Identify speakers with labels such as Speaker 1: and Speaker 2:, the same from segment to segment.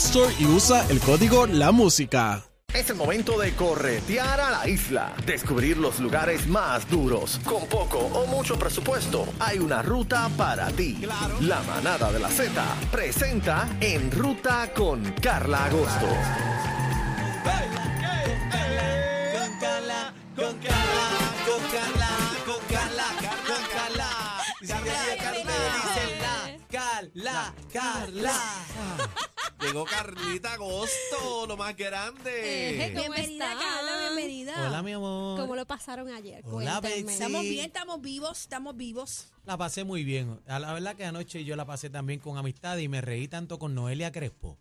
Speaker 1: Store y usa el código La Música.
Speaker 2: Es el momento de corretear a la isla, descubrir los lugares más duros. Con poco o mucho presupuesto, hay una ruta para ti. La manada de la Z presenta En Ruta con Carla Agosto.
Speaker 3: Con Carla, con Carla, con Carla, con Carla, con Carla. Carla, Carla, dicen la, Carla, Carla. Llegó Carlita Agosto, lo más
Speaker 4: Eh,
Speaker 5: Eje,
Speaker 3: grande.
Speaker 5: ¿cómo
Speaker 4: Bienvenida,
Speaker 5: están?
Speaker 4: Carla, bienvenida.
Speaker 5: Hola, mi amor.
Speaker 4: ¿Cómo lo pasaron ayer?
Speaker 5: Hola,
Speaker 4: Cuéntame.
Speaker 5: Bexi.
Speaker 4: Estamos
Speaker 5: Sí.
Speaker 4: bien.
Speaker 5: estamos
Speaker 4: vivos, estamos vivos.
Speaker 5: La pasé muy bien. A La verdad que anoche yo la pasé también con amistad y me reí tanto con Noelia Crespo.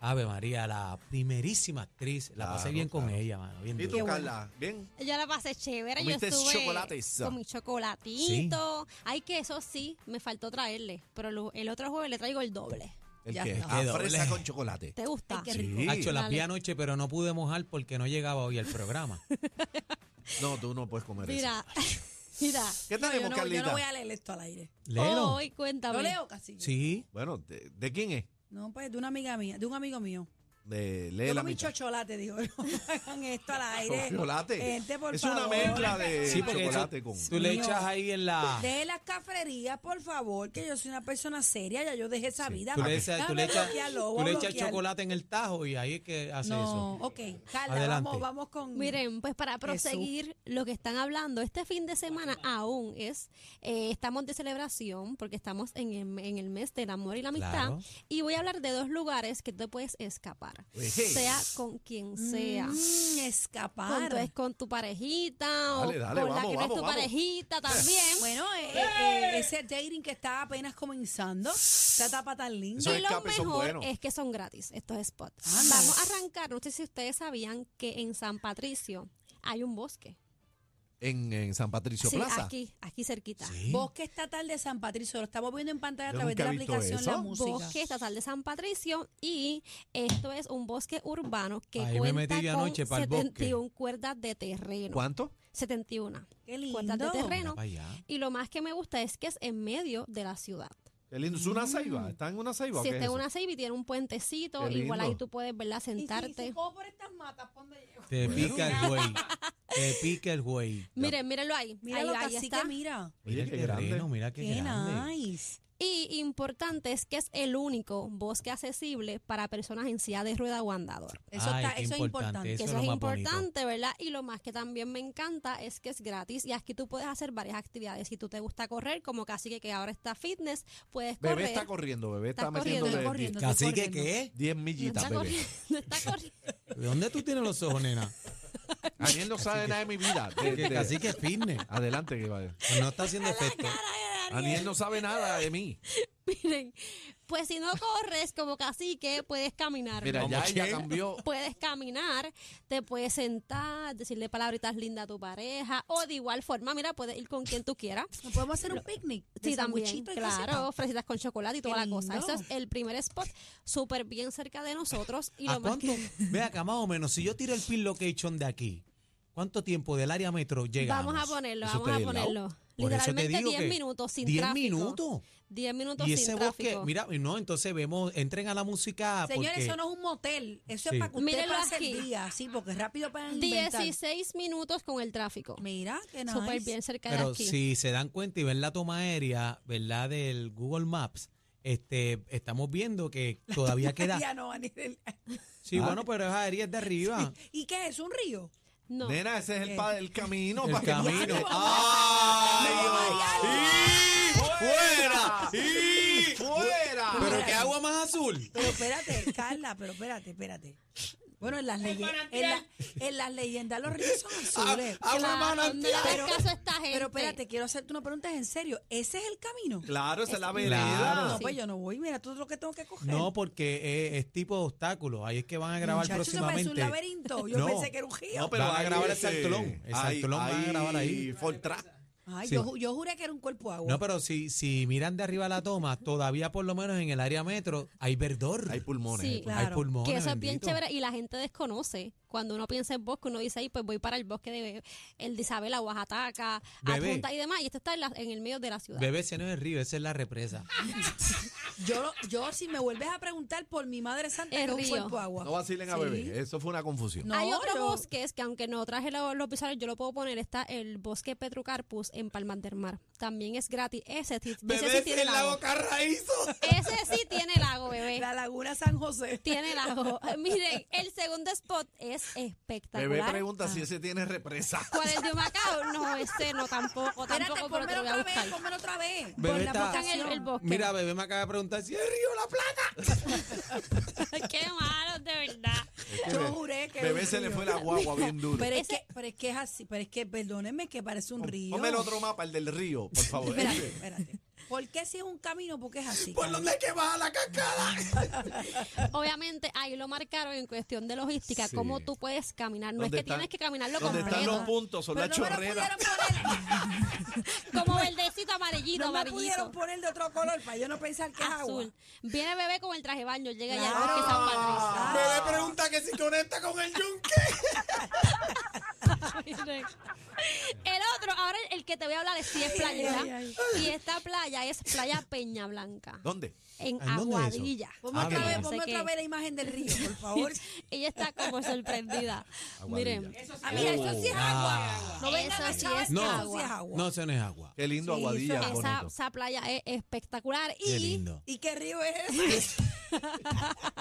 Speaker 5: Ave María, la primerísima actriz. La pasé
Speaker 3: Claro,
Speaker 5: bien con
Speaker 3: claro.
Speaker 5: ella, mano. Bien
Speaker 3: ¿Y
Speaker 5: duro.
Speaker 3: tú, Carla? ¿Bien?
Speaker 4: Yo la pasé chévere. Yo
Speaker 3: ¿Comiste
Speaker 4: estuve
Speaker 3: chocolates?
Speaker 4: con mi chocolatito. Ay, que eso sí, me faltó traerle. Pero lo- el otro jueves le traigo el doble.
Speaker 3: ¿El
Speaker 4: Ya
Speaker 3: qué?
Speaker 4: está.
Speaker 3: Ah,
Speaker 5: Qué doble. Ah,
Speaker 3: fresa con chocolate.
Speaker 4: ¿Te gusta?
Speaker 3: qué rico. Sí.
Speaker 5: Hacho, la
Speaker 4: Dale.
Speaker 5: vi anoche, pero no pude mojar porque no llegaba hoy al programa.
Speaker 3: No, tú no puedes comer eso.
Speaker 4: Mira, mira.
Speaker 3: ¿Qué
Speaker 6: No,
Speaker 3: tenemos,
Speaker 6: yo, no, yo
Speaker 3: Carlita?
Speaker 6: no voy a leer esto al aire.
Speaker 5: Léelo.
Speaker 4: Hoy, cuéntame.
Speaker 6: ¿Lo leo, casi?
Speaker 5: Sí.
Speaker 3: Bueno, ¿de, de quién es?
Speaker 6: No, pues de una amiga mía, de un amigo mío.
Speaker 3: De, lee
Speaker 6: Yo
Speaker 3: la
Speaker 6: comí
Speaker 3: mitad.
Speaker 6: chocholate, dijo. No hagan esto al aire.
Speaker 3: Con chocolate.
Speaker 6: Gente, por
Speaker 3: es
Speaker 6: favor.
Speaker 3: una mezcla de
Speaker 5: Sí, porque
Speaker 3: chocolate
Speaker 5: eso-
Speaker 3: con...
Speaker 5: tú le
Speaker 6: Mío.
Speaker 5: echas ahí en la...
Speaker 4: Pues
Speaker 6: De las cafrerías, por favor, que yo soy una persona seria, ya yo dejé esa vida.
Speaker 5: Tú le,
Speaker 6: Dame
Speaker 5: echas, tú le echas-
Speaker 6: bloquearlo,
Speaker 5: tú
Speaker 6: voy a
Speaker 5: le echas
Speaker 6: bloquear.
Speaker 5: chocolate en el tajo y ahí es que hace
Speaker 6: No,
Speaker 5: eso.
Speaker 6: ok. Carla,
Speaker 5: Adelante.
Speaker 6: vamos, vamos con.
Speaker 4: Miren, pues para proseguir lo que están hablando, este fin de semana aún es, eh, estamos de celebración porque estamos en el, en el mes del amor y la amistad
Speaker 5: Claro.
Speaker 4: y voy a hablar de dos lugares que te puedes escapar,
Speaker 3: Ejé.
Speaker 4: sea con quien sea.
Speaker 6: Mm,
Speaker 4: Con tu,
Speaker 6: escapar.
Speaker 4: con tu parejita
Speaker 3: Dale,
Speaker 4: o
Speaker 3: dale,
Speaker 4: con
Speaker 3: vamos,
Speaker 4: la que no
Speaker 3: vamos,
Speaker 4: es tu
Speaker 3: vamos.
Speaker 4: parejita también.
Speaker 6: Bueno, eh, eh, eh, ese dating que está apenas comenzando, esa etapa tan linda.
Speaker 3: Esos
Speaker 4: y lo
Speaker 3: escapes son
Speaker 4: mejor
Speaker 3: buenos.
Speaker 4: es que son gratis estos spots.
Speaker 6: Anda.
Speaker 4: Vamos a arrancar, no sé si ustedes sabían que en San Patricio hay un bosque.
Speaker 3: En, en San Patricio
Speaker 4: Sí,
Speaker 3: Plaza.
Speaker 4: aquí, aquí cerquita.
Speaker 5: Sí.
Speaker 6: Bosque Estatal de San Patricio, lo estamos viendo en pantalla a
Speaker 3: Yo
Speaker 6: través
Speaker 3: nunca
Speaker 6: de la
Speaker 3: he visto
Speaker 6: aplicación La
Speaker 3: eso.
Speaker 6: Música.
Speaker 4: Bosque Estatal de San Patricio y esto es un bosque urbano que
Speaker 5: Ahí me
Speaker 4: cuenta
Speaker 5: metí yo
Speaker 4: con
Speaker 5: anoche pa'l bosque.
Speaker 4: 71 cuerdas de terreno.
Speaker 3: ¿Cuánto?
Speaker 4: 71
Speaker 6: Qué
Speaker 4: cuerdas de
Speaker 6: lindo.
Speaker 4: terreno.
Speaker 5: Mira pa' allá.
Speaker 4: Y lo más que me gusta es que es en medio de la ciudad.
Speaker 3: Qué lindo. ¿Es una ceiba? ¿Está en una ceiba o
Speaker 4: Si
Speaker 3: qué es
Speaker 4: está en
Speaker 3: eso?
Speaker 4: una ceiba y tiene un puentecito,
Speaker 3: Qué
Speaker 4: igual ahí
Speaker 3: lindo.
Speaker 4: tú puedes verla
Speaker 6: Y si-
Speaker 4: sentarte.
Speaker 6: Y si cojo por estas matas, ¿pa' dónde llego?
Speaker 5: Te pica el güey. Te pica el güey.
Speaker 4: Miren, mírenlo ahí.
Speaker 6: Mira
Speaker 4: ahí,
Speaker 6: lo
Speaker 4: ahí
Speaker 6: que así
Speaker 4: está.
Speaker 6: que mira.
Speaker 5: Mira
Speaker 3: Oye,
Speaker 5: el
Speaker 3: qué grande.
Speaker 5: terreno, mira qué,
Speaker 6: Qué
Speaker 5: grande.
Speaker 6: nice.
Speaker 4: Y importante es que es el único bosque accesible para personas en silla de rueda o andador.
Speaker 6: Eso,
Speaker 5: Ay,
Speaker 6: está,
Speaker 5: qué
Speaker 6: eso es importante.
Speaker 4: Que
Speaker 5: Eso
Speaker 4: eso,
Speaker 5: es lo
Speaker 4: es
Speaker 5: más bonito.
Speaker 4: importante, ¿verdad? Y lo más que también me encanta es que es gratis y aquí tú puedes hacer varias actividades. Si tú te gusta correr, como casi que, que ahora está fitness, puedes correr.
Speaker 3: Bebé está corriendo, bebé está,
Speaker 4: Está
Speaker 3: metiendo
Speaker 4: corriendo,
Speaker 6: corriendo. Estoy
Speaker 5: Así que,
Speaker 6: corriendo.
Speaker 5: ¿qué?
Speaker 3: 10
Speaker 4: no
Speaker 3: millitas,
Speaker 4: está
Speaker 3: bebé.
Speaker 4: corriendo. no está corriendo.
Speaker 5: ¿De dónde tú tienes los ojos, nena?
Speaker 3: Daniel no sabe nada de mi vida. De-
Speaker 5: Que
Speaker 3: de-
Speaker 5: casi que fitness.
Speaker 3: Adelante, que vaya.
Speaker 5: Pues No está haciendo efecto.
Speaker 3: Daniel no sabe nada de mí.
Speaker 4: Miren, pues si no corres como casi que puedes caminar.
Speaker 3: Mira,
Speaker 5: ¿Cómo
Speaker 3: ya ella
Speaker 5: qué?
Speaker 3: cambió.
Speaker 4: Puedes caminar, te puedes sentar, decirle palabritas lindas a tu pareja o de igual forma, mira, puedes ir con quien tú quieras.
Speaker 6: ¿Nos podemos hacer un picnic? de
Speaker 4: Sí, también,
Speaker 6: sanguchito y
Speaker 4: claro,
Speaker 6: cosita?
Speaker 4: fresitas con chocolate y
Speaker 6: Qué
Speaker 4: toda la cosa.
Speaker 6: lindo.
Speaker 4: Ese es el primer spot, súper bien cerca de nosotros. Y
Speaker 5: ¿A
Speaker 4: lo más que-
Speaker 5: cuánto? Ve acá, más o menos, si yo tiro el pin location de aquí, ¿cuánto tiempo del área metro llegamos?
Speaker 4: Vamos a ponerlo,
Speaker 3: Eso
Speaker 4: vamos
Speaker 3: está
Speaker 4: a
Speaker 3: ahí al lado.
Speaker 4: ponerlo.
Speaker 5: Por eso te
Speaker 4: Literalmente
Speaker 5: digo
Speaker 4: 10
Speaker 5: que
Speaker 4: minutos sin
Speaker 5: 10
Speaker 4: tráfico.
Speaker 5: minutos.
Speaker 4: 10 minutos
Speaker 5: Y
Speaker 4: sin
Speaker 5: ese bosque,
Speaker 4: tráfico.
Speaker 5: mira, no, entonces vemos, entren a la música
Speaker 6: Señores,
Speaker 5: porque
Speaker 6: eso no es un motel. Eso
Speaker 5: Ah, Sí.
Speaker 6: es para que usted
Speaker 4: Mírenlo
Speaker 6: pase
Speaker 4: aquí.
Speaker 6: el día. Sí, porque rápido para inventar.
Speaker 4: 16 minutos con el tráfico.
Speaker 6: Mira, qué nice.
Speaker 4: Súper bien cerca de
Speaker 5: Pero
Speaker 4: aquí.
Speaker 5: si se dan cuenta y ven la toma aérea, ¿verdad? Del Google Maps, este, estamos viendo que todavía queda.
Speaker 6: Ya no, Daniel.
Speaker 5: Sí, bueno, pero es aérea es de arriba.
Speaker 6: ¿Y qué es? ¿Un río?
Speaker 4: No.
Speaker 3: Nena, ese es el,
Speaker 6: ¿Qué?
Speaker 3: pa- el camino. Ah.
Speaker 5: El
Speaker 3: pa' que-
Speaker 5: camino.
Speaker 6: Ay,
Speaker 3: ¡Ay, Dios!
Speaker 5: ¡Fuera!
Speaker 3: ¡Y fuera!
Speaker 5: Pero qué agua más azul.
Speaker 6: Pero espérate, Carla, pero espérate, espérate. Bueno, en las, leyes, en, la- en las leyendas los ríos son azules.
Speaker 3: Ah, agua de manantial.
Speaker 4: Pero, caso a esta gente.
Speaker 6: Pero espérate, quiero hacerte una pregunta es en serio. ¿Ese es el camino?
Speaker 3: Claro, esa es la
Speaker 6: Claro.
Speaker 3: vereda.
Speaker 6: No,
Speaker 4: Sí. pues,
Speaker 6: pues yo no voy. Mira, todo lo que tengo que coger.
Speaker 5: No, porque es, es tipo de obstáculo. Ahí es que van a grabar
Speaker 6: Muchacho, eso parece
Speaker 5: próximamente.
Speaker 6: un laberinto. Yo
Speaker 5: No.
Speaker 6: pensé que era un río.
Speaker 5: No, pero van a
Speaker 3: ahí
Speaker 5: grabar el
Speaker 3: ese-
Speaker 5: saltolón. El
Speaker 3: ahí-
Speaker 5: saltolón van a
Speaker 3: ahí
Speaker 5: grabar ahí.
Speaker 3: Fortrack.
Speaker 6: Ay,
Speaker 5: Sí.
Speaker 6: yo, ju- yo juré que era un cuerpo de agua.
Speaker 5: No, pero si, si miran de arriba la toma, todavía por lo menos en el área metro hay verdor.
Speaker 3: Hay pulmones.
Speaker 4: Sí.
Speaker 3: hay pulmones.
Speaker 6: Claro.
Speaker 5: Hay pulmones.
Speaker 4: que eso es bien
Speaker 5: bendito.
Speaker 4: chévere y la gente desconoce. Cuando uno piensa en bosque, uno dice ahí, pues voy para el bosque de el de Isabela, Oaxaca,
Speaker 5: Bebé.
Speaker 4: Adjunta y demás. Y esto está en, la- en el medio de la ciudad.
Speaker 5: Bebé, ese no es el río, esa es la represa.
Speaker 6: Yo, lo- yo, si me vuelves a preguntar por mi madre santa,
Speaker 4: El
Speaker 6: era un
Speaker 4: río.
Speaker 6: cuerpo de agua.
Speaker 3: No vacilen a
Speaker 6: Sí.
Speaker 3: bebé. Eso fue una confusión.
Speaker 6: No,
Speaker 4: Hay otros
Speaker 6: yo-
Speaker 4: bosques que aunque no traje lo- los visuales, yo lo puedo poner. Está el bosque Petrucarpus en Palmas del Mar. También es gratis. Ese, ti- ese sí tiene lago.
Speaker 3: carraízo.
Speaker 4: Ese sí tiene lago, bebé.
Speaker 6: La laguna San José.
Speaker 4: Tiene lago. Ay, Miren, el segundo spot es espectacular.
Speaker 3: Bebé pregunta
Speaker 6: Ah.
Speaker 3: si ese tiene represa.
Speaker 4: ¿Cuál es el de Macao? No, ese no, tampoco,
Speaker 6: Espérate,
Speaker 4: tampoco, pero te
Speaker 6: ponmelo
Speaker 4: lo voy a
Speaker 6: otra vez,
Speaker 4: buscar.
Speaker 6: ponmelo otra vez.
Speaker 5: Bebé
Speaker 6: Por la
Speaker 5: está-
Speaker 4: Buscan el, el bosque.
Speaker 5: Mira, bebé me acaba de preguntar si es el río o la plata.
Speaker 4: Qué malos, de verdad.
Speaker 6: Yo juré que era
Speaker 3: Bebé
Speaker 6: un
Speaker 3: se le
Speaker 6: río.
Speaker 3: fue la guagua bien duro.
Speaker 6: Pero es, que, pero es que es así, pero es que perdónenme que parece un río.
Speaker 3: Ponme el otro eh. mapa, el del río, por favor.
Speaker 6: Espérate, espérate. ¿Por qué si es un camino? Porque es así.
Speaker 3: es que baja la cascada?
Speaker 4: Obviamente, ahí lo marcaron en cuestión de logística,
Speaker 3: Sí.
Speaker 4: cómo tú puedes caminar. No es
Speaker 3: ¿Dónde
Speaker 4: que
Speaker 3: están-
Speaker 4: tienes que caminarlo
Speaker 3: ¿Dónde están los
Speaker 4: completo.
Speaker 3: puntos? Son
Speaker 6: Pero
Speaker 3: las
Speaker 6: no me lo
Speaker 3: chorreras.
Speaker 6: pudieron poner-
Speaker 4: Como verdecito, amarillito,
Speaker 6: No me
Speaker 4: amarillito.
Speaker 6: pudieron poner de otro color para yo no pensar que es agua.
Speaker 4: Azul. Viene bebé con el traje baño, llega ya al
Speaker 6: Claro.
Speaker 4: bosque San Patricio.
Speaker 3: Bebé pregunta que si conecta con el yunque.
Speaker 4: Miren. El otro, ahora el, el que te voy a hablar es sí es playa.
Speaker 6: Ay, ay,
Speaker 4: Y esta playa es Playa Peña Blanca.
Speaker 3: ¿Dónde?
Speaker 4: En
Speaker 5: ¿En dónde es eso?
Speaker 4: Aguadilla.
Speaker 6: Ponme
Speaker 5: Ah,
Speaker 6: otra
Speaker 5: bien.
Speaker 6: vez,
Speaker 4: Así
Speaker 6: ponme
Speaker 4: que
Speaker 6: otra vez la imagen del río, por favor.
Speaker 4: Ella está como sorprendida.
Speaker 3: Aguadilla.
Speaker 4: Miren,
Speaker 6: Ah, mira, eso
Speaker 3: Oh,
Speaker 6: sí es agua. No vengan a
Speaker 4: Eso sí
Speaker 6: chavar
Speaker 4: es
Speaker 6: que
Speaker 5: agua.
Speaker 6: eso sí es agua.
Speaker 5: No, eso no es agua.
Speaker 3: Qué lindo
Speaker 6: Sí,
Speaker 3: aguadilla.
Speaker 6: eso-
Speaker 3: bonito.
Speaker 4: esa, esa playa es espectacular.
Speaker 5: Ah, Qué
Speaker 4: Y
Speaker 5: lindo.
Speaker 6: ¿Y qué río es ese?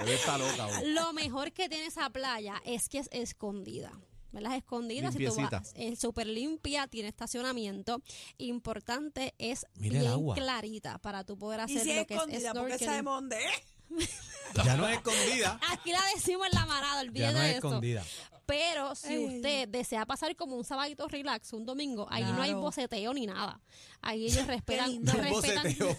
Speaker 3: Bebé está loca hoy.
Speaker 4: lo mejor que tiene esa playa es que es escondida. ¿Verdad? Escondida. Si tú
Speaker 3: Limpiecita.
Speaker 4: vas, es súper limpia, tiene estacionamiento. Importante es
Speaker 5: Mira el
Speaker 4: bien
Speaker 5: agua.
Speaker 4: clarita para tú poder
Speaker 6: Y
Speaker 4: hacer
Speaker 6: si es
Speaker 4: lo que es
Speaker 6: escondida, porque
Speaker 4: snorkeling.
Speaker 6: sabemos dónde es.
Speaker 5: Ya no es escondida.
Speaker 4: Aquí la decimos en la manada,
Speaker 5: Ya
Speaker 4: olvídate
Speaker 5: no
Speaker 4: de
Speaker 5: es
Speaker 4: eso.
Speaker 5: escondida.
Speaker 4: Pero si
Speaker 6: Ay, ay,
Speaker 4: usted desea pasar como un sabadito relax, un domingo, ahí no hay
Speaker 6: Claro.
Speaker 4: boceteo ni nada. Ahí ellos respetan,
Speaker 6: lindo.
Speaker 5: Un
Speaker 4: respetan,
Speaker 5: boceteo.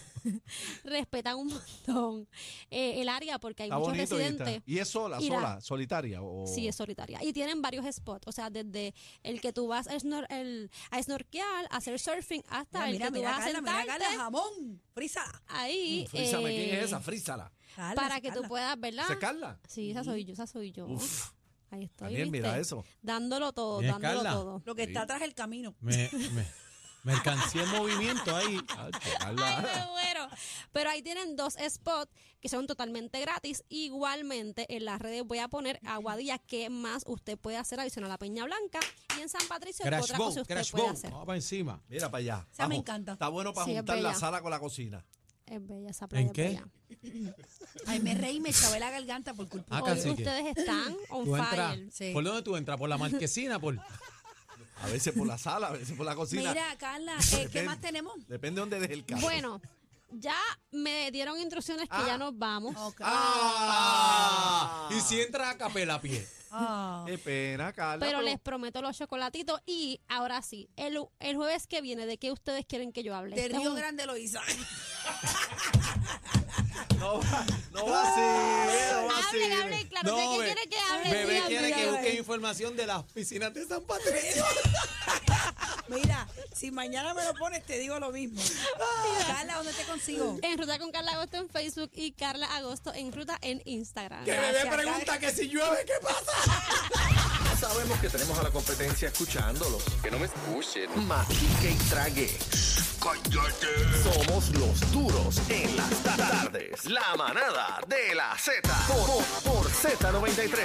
Speaker 4: respetan un montón eh, el área porque hay
Speaker 3: Está
Speaker 4: muchos
Speaker 3: bonito y está. Oh.
Speaker 4: residentes.
Speaker 3: ¿Y es sola,
Speaker 4: Irá.
Speaker 3: sola, solitaria? O...
Speaker 4: Sí, es solitaria. Y tienen varios spots. O sea, desde el que tú vas a, snor- el- a snorkear, a hacer surfing, hasta
Speaker 6: Mira,
Speaker 4: el
Speaker 6: mira,
Speaker 4: que tú
Speaker 6: mira,
Speaker 4: vas a
Speaker 6: Carla, mira, Carla,
Speaker 4: sentarte
Speaker 6: jamón. Frízala.
Speaker 4: ahí.
Speaker 3: Frízame, ¿quién
Speaker 4: eh,
Speaker 3: es esa? Frízala.
Speaker 6: Carla,
Speaker 4: Para que tú
Speaker 6: Carla.
Speaker 4: puedas, ¿verdad?
Speaker 3: ¿Se Carla?
Speaker 4: Sí, esa soy yo, esa soy yo.
Speaker 3: Uf.
Speaker 4: Ahí estoy.
Speaker 3: Daniel, mira
Speaker 4: ¿viste?
Speaker 3: eso.
Speaker 4: Dándolo todo,
Speaker 5: Mira,
Speaker 4: dándolo
Speaker 5: Carla.
Speaker 4: todo.
Speaker 6: Lo que está atrás del camino.
Speaker 5: Me, me- mercancía en movimiento ahí.
Speaker 3: Chacho,
Speaker 4: Ay,
Speaker 3: Carla.
Speaker 4: me muero. Pero ahí tienen dos spots que son totalmente gratis. Igualmente en las redes voy a poner aguadilla que más usted puede hacer adicional a la Peña Blanca y en San Patricio que
Speaker 5: Crash
Speaker 4: otra
Speaker 5: Bow,
Speaker 4: cosa usted
Speaker 5: Crash
Speaker 4: puede
Speaker 5: Bow.
Speaker 4: hacer.
Speaker 5: Vamos para encima.
Speaker 3: Mira para allá.
Speaker 6: Esa me
Speaker 3: Ajo.
Speaker 6: encanta.
Speaker 3: Está bueno para
Speaker 4: Sí, es
Speaker 3: juntar la
Speaker 4: bella.
Speaker 3: sala con la cocina.
Speaker 4: Es bella esa playa. es
Speaker 5: qué?
Speaker 4: bella.
Speaker 6: Ay, me reí, me chavé la garganta por culpa.
Speaker 5: Ah,
Speaker 4: Hoy
Speaker 5: cacique.
Speaker 4: ustedes están on
Speaker 5: Tú entras.
Speaker 4: fire.
Speaker 6: Sí.
Speaker 5: ¿Por dónde tú entras? ¿Por la marquesina? Por...
Speaker 3: A veces por la sala, a veces por la cocina.
Speaker 6: Mira, Carla, eh, ¿qué
Speaker 3: Depende-
Speaker 6: más tenemos?
Speaker 3: Depende de dónde deje el carro.
Speaker 4: Bueno, ya me dieron instrucciones que
Speaker 5: Ah.
Speaker 4: ya nos vamos.
Speaker 6: Ok.
Speaker 3: ¡Ah!
Speaker 5: Y si entras a capela a pie.
Speaker 6: Ah.
Speaker 3: Qué pena, Carla.
Speaker 4: Pero les prometo los chocolatitos. Y ahora sí, el, el jueves que viene, ¿de qué ustedes quieren que yo hable?
Speaker 6: De
Speaker 4: Este es
Speaker 6: Río
Speaker 4: un-
Speaker 6: Grande lo hizo.
Speaker 3: No, va- no va así, no va
Speaker 4: Hablen,
Speaker 3: así.
Speaker 4: hablen, claro. ¿De qué
Speaker 5: be-
Speaker 4: quiere que hable?
Speaker 5: Ah, Bebé
Speaker 4: Dígame.
Speaker 5: quiere que
Speaker 6: dígame.
Speaker 5: busque información de las piscinas de San Patricio.
Speaker 6: Mira, si mañana me lo pones, te digo lo mismo.
Speaker 4: Ah.
Speaker 6: Carla, ¿dónde te consigo?
Speaker 4: En Ruta con Carla Agosto en Facebook y Carla Agosto en Ruta en Instagram.
Speaker 6: bebé Gracias, pregunta
Speaker 5: que si llueve, ¿qué pasa?
Speaker 2: Sabemos que tenemos a la competencia escuchándolos.
Speaker 7: Que no me escuchen.
Speaker 2: Matique y trague. Somos los duros en las ta- tardes. La manada de la Z por, por- por Z93.